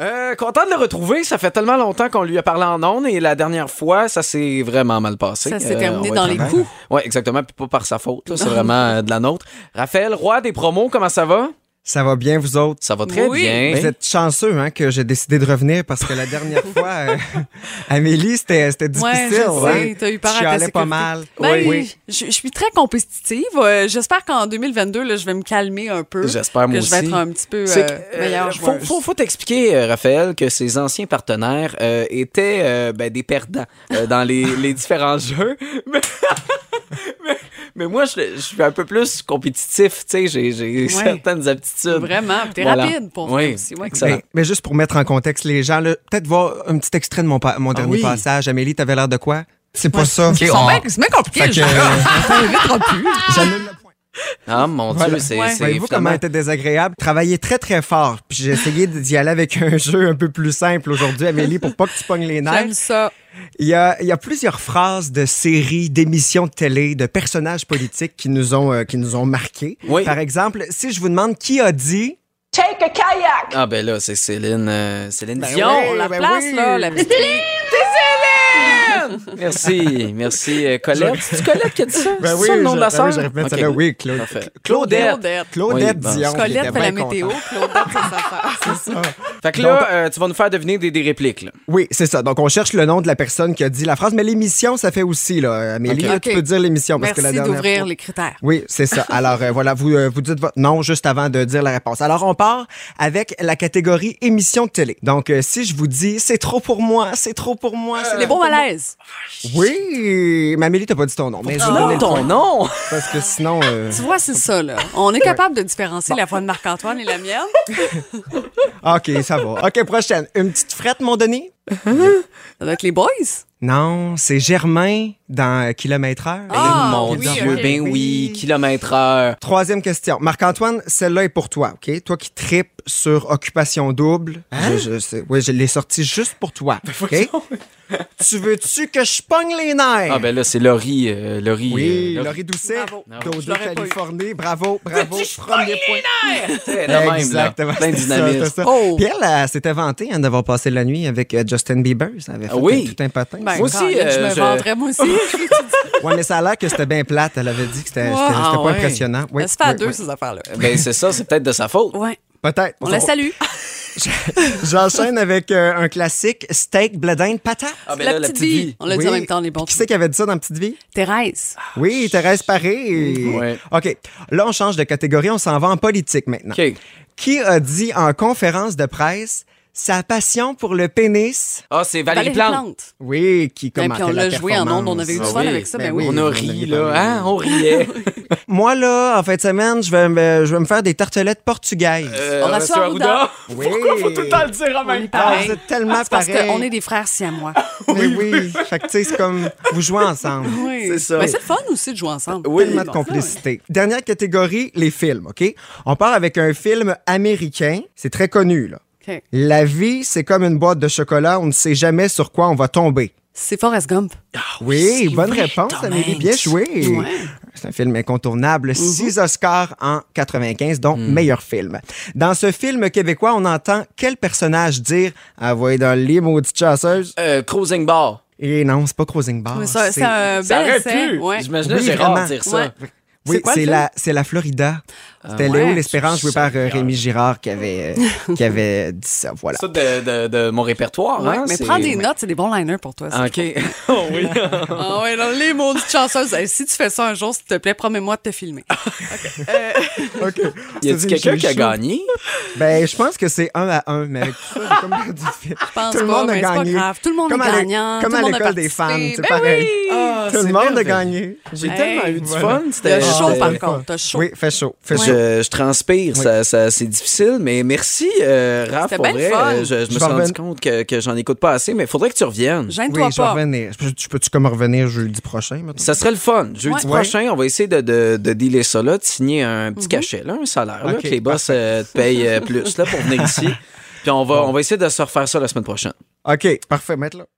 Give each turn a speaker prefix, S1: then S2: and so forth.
S1: Euh, content de le retrouver. Ça fait tellement longtemps qu'on lui a parlé en ondes et la dernière fois, ça s'est vraiment mal passé.
S2: Ça s'est
S1: Euh,
S2: terminé
S1: on va
S2: dans
S1: être
S2: les
S1: honnête.
S2: coups.
S1: Ouais, exactement. Puis pas par sa faute. là. C'est vraiment euh, de la nôtre. Raphaël, roi des promos, comment ça va?
S3: Ça va bien, vous autres?
S1: Ça va très
S2: Oui.
S1: bien.
S3: Vous êtes chanceux hein, que j'ai décidé de revenir parce que la dernière fois, euh, Amélie, c'était c'était
S2: Ouais,
S3: difficile. hein?
S2: je sais, t'as eu peur à ta
S3: Tu chialais
S2: sécurité.
S3: pas mal.
S1: Oui,
S2: Ben,
S1: oui.
S2: Je, je suis très compétitive. Euh, J'espère qu'en 2022, là, je vais me calmer un peu.
S1: J'espère, moi
S2: que je vais
S1: aussi.
S2: être un petit peu
S1: C'est que,
S2: euh, meilleure
S1: euh, faut,
S2: joueuse.
S1: faut, faut t'expliquer, euh, Raphaël, que ses anciens partenaires euh, étaient euh, ben, des perdants euh, dans les, les différents jeux. Mais, mais- mais moi, je, je suis un peu plus compétitif. tu sais, J'ai j'ai certaines aptitudes.
S2: Vraiment, puis t'es
S1: Voilà.
S2: rapide pour vrai
S1: Oui,
S2: aussi, ouais.
S1: excellent.
S3: Mais, mais juste pour mettre en contexte les gens, là, peut-être voir un petit extrait de mon, pa- mon dernier
S1: oui.
S3: passage. Amélie, t'avais l'air de quoi? C'est pas ça.
S2: Ils sont bien- Ah C'est bien compliqué,
S3: Fait
S2: le
S3: que- euh,
S2: jeu. On s'invitera plus.
S3: J'annule le point.
S1: Ah, mon Dieu,
S3: Voilà.
S1: c'est...
S2: Ouais.
S1: c'est
S3: Voyez-vous
S1: finalement-
S3: comment était désagréable? Travailler très, très fort. Puis j'ai essayé d'y aller avec un jeu un peu plus simple aujourd'hui, Amélie, pour pas que tu pognes les nerfs.
S2: J'aime ça.
S3: Il y, a, il y a plusieurs phrases de séries, d'émissions de télé, de personnages politiques qui nous ont, euh, qui nous ont marqués.
S1: Oui.
S3: Par exemple, si je vous demande qui a dit...
S4: Take a kayak.
S1: Ah, ben là, c'est Céline, euh, Céline Dion.
S2: Dion,
S3: oui,
S2: on Oh, la
S3: ben
S2: place,
S3: oui.
S2: là, la petite fille.
S1: Merci, merci, euh, Colette. C'est Colette qui a dit ça?
S3: Ben
S1: c'est ça le nom de la
S3: je-
S1: sœur?
S3: oui, je répète
S1: Ok.
S3: celle-là. Oui, Claude-
S1: Parfait.
S3: Claudette.
S2: Claudette.
S3: Claudette
S1: Oui, bon.
S3: Dion. qui
S2: Colette fait la
S3: était bien contente.
S2: météo, Claudette, c'est sa sœur.
S1: Fait que là, euh, tu vas nous faire deviner des, des répliques. Là.
S3: Oui, c'est ça. Donc, on cherche le nom de la personne qui a dit la phrase, mais l'émission, ça fait aussi, là, Amélie.
S2: Ok.
S3: là, tu
S2: Ok.
S3: peux dire l'émission parce que la
S2: Merci
S3: dernière
S2: d'ouvrir
S3: fois-
S2: les critères.
S3: Oui, c'est ça. Alors, euh, voilà, vous, euh, vous dites votre nom juste avant de dire la réponse. Alors, on part avec la catégorie émission de télé. Donc, euh, si je vous dis c'est trop pour moi, c'est trop pour moi, c'est
S2: Les
S3: trop
S2: bons malaises.
S3: pour- Oui, mais Amélie, t'as pas dit ton nom. Mais je vais donner
S1: Non,
S3: le
S1: ton
S3: point,
S1: nom!
S3: Parce que sinon. euh,
S2: Tu vois, c'est ça, là. On est capable de différencier la voix de Marc-Antoine et la mienne.
S3: OK, ça va. OK, prochaine. Une petite frette, mon Denis?
S2: Ça doit être les boys.
S3: Non, c'est Germain dans euh, Kilomètre Heure.
S2: Ah,
S1: mon
S2: oui,
S1: Dieu,
S2: ok.
S1: ben oui, kilomètre heure.
S3: Troisième question. Marc-Antoine, celle-là est pour toi, OK? Toi qui tripes sur Occupation Double.
S2: Hein?
S3: Je, je sais. Oui, je l'ai sortie juste pour toi.
S2: Ben,
S3: OK? tu veux-tu que je pogne les nerfs?
S1: Ah ben là, c'est Laurie. euh, Laurie,
S3: oui,
S1: euh,
S3: Laurie Doucet,
S2: Bravo.
S3: d'Odo
S2: Je l'aurais pas eu.
S3: Californie. Bravo, bravo. Premier point.
S1: C'est la même, là.
S3: Exactement.
S1: Plein de
S3: c'est ça,
S1: dynamisme.
S3: c'est ça.
S2: Oh.
S3: Puis elle, elle s'était vantée hein, d'avoir passé la nuit avec euh, Justin Bieber. Ça avait fait
S1: Ah oui.
S3: euh, tout un patin.
S2: Ben,
S1: Moi aussi,
S2: Caroline,
S1: euh,
S2: je
S1: je-
S2: me vendrais, moi aussi.
S3: Ouais, mais ça a l'air que c'était bien plate. Elle avait dit que c'était
S2: Wow.
S3: c'était- c'était
S1: Ah,
S3: pas
S1: ouais.
S3: impressionnant. Oui,
S2: Ça se fait à
S3: oui,
S2: deux,
S3: oui.
S2: ces affaires-là.
S1: Ben c'est ça, c'est peut-être de sa faute.
S2: Ouais.
S3: Peut-être.
S2: On la salue.
S3: J'enchaîne avec euh, un classique steak bledin de patate.
S1: Ah ben
S2: la,
S1: là,
S2: petite vie. On l'a dit
S3: Oui.
S2: en même temps, les bons
S3: Qui c'est qui avait dit ça dans Petite Vie?
S2: Thérèse.
S3: Oui, Thérèse Paré.
S1: Ouais.
S3: OK. Là, on change de catégorie, on s'en va en politique maintenant.
S1: OK.
S3: Qui a dit en conférence de presse sa passion pour le pénis?
S1: Ah, c'est Valérie, Plante.
S3: Oui, qui
S2: Ben,
S3: commentait
S2: puis on
S3: la
S2: l'a joué en ondes,
S3: performance.
S2: on avait eu du
S1: Ah
S2: fun
S1: oui,
S2: avec ça, mais
S3: ben
S2: oui.
S3: oui.
S1: On a ri, là, hein? On riait.
S3: Moi, là, en fin de semaine, je vais me, je vais me faire des tartelettes portugaises.
S1: Euh,
S2: Horacio
S1: Horacio
S2: Arruda.
S3: oui.
S1: Pourquoi faut tout le temps le dire en même temps?
S3: Ah,
S2: Pareil.
S3: vous êtes tellement
S2: C'est parce
S3: pareils.
S2: qu'on est des frères siamois.
S3: Mais oui. fait que, tu sais, c'est comme vous jouez ensemble.
S2: Oui.
S1: C'est ça.
S2: Mais c'est le fun aussi de jouer ensemble.
S3: Tellement de complicité. Dernière catégorie, les films, OK? On part avec un film américain. C'est très connu, là.
S2: OK.
S3: La vie, c'est comme une boîte de chocolat. On ne sait jamais sur quoi on va tomber.
S2: C'est Forrest Gump. c'est
S3: Oui, bonne
S2: vrai,
S3: réponse,
S2: Tom
S3: Amélie.
S2: Hanks.
S3: Bien joué.
S2: Ouais.
S3: C'est un film incontournable. Six Oscars en 95, donc
S1: Hmm.
S3: meilleur film. Dans ce film québécois, on entend quel personnage dire « Ah, voyez dans les maudites chasseuses
S1: Euh, Cruising Bar. ».
S3: Et non, c'est pas Crossing Bar.
S2: Mais ça- euh, c'est un
S1: Ça
S2: bel
S1: aurait
S2: essai.
S1: pu.
S2: Ouais.
S1: J'imaginais
S3: Oui,
S1: Gérard
S3: vraiment.
S1: dire ça.
S3: Oui,
S1: C'est quoi le
S3: c'est
S1: film?
S3: la, c'est la Florida.
S1: Euh,
S3: C'était
S2: ouais.
S3: Léo L'Espérance joué par euh,
S1: Seigneur.
S3: Rémi Girard qui avait, euh, qui avait dit ça. Voilà.
S1: Ça de, de, de mon répertoire,
S2: Ouais,
S1: hein?
S2: mais
S1: c'est-
S2: prends des notes, c'est des bons liners pour toi. ça.
S1: Ah, OK. oh oui.
S2: Ah ouais, dans les maudites chanceuses. Hey, si tu fais ça un jour, s'il te plaît, promets-moi de te filmer.
S1: Y a-tu quelqu'un qui a gagné?
S3: Ben, je pense que c'est un à un, mais avec tout ça, j'ai comme perdu le fil.
S2: pense pas, mais c'est pas grave. Tout le monde
S3: Comme
S2: est
S3: à l'é-
S2: gagnant, tout
S3: Comme
S2: le
S3: à
S2: monde a
S3: l'école des fans,
S2: participé.
S3: c'est
S2: Ben
S3: pareil.
S1: Ah,
S3: Tout
S1: c'est
S3: le monde a
S1: merveilleux.
S3: gagné.
S1: J'ai
S2: Hey,
S1: tellement eu du
S3: voilà.
S1: fun.
S2: T'as
S1: C'était
S2: chaud,
S1: c'était-
S2: par contre. T'as chaud.
S3: Oui, fait chaud. Fait
S2: Ouais.
S3: chaud.
S1: je, je transpire. Ça, ça- c'est difficile, mais merci, euh, Raph.
S2: C'était
S1: Pour
S2: bien
S1: vrai,
S2: le fun.
S1: euh, je, je
S3: Je
S1: me
S3: vais
S1: suis rendu
S3: reven-
S1: compte que, que j'en écoute pas assez, mais faudrait que tu reviennes.
S3: Oui,
S2: Gêne-toi
S3: je vais
S2: pas.
S3: revenir. Je- tu peux-tu comme revenir jeudi prochain? mettons?
S1: Ça serait le fun. Jeudi
S2: Ouais. Mm-hmm.
S1: prochain, on va essayer de, de, de dealer ça, là, de signer un petit cachet, là, un salaire, là,
S3: Ok,
S1: que les boss euh, te payent euh, plus là, pour venir ici. Puis on va, on va essayer de se refaire ça la semaine prochaine.
S3: OK, parfait, maintenant.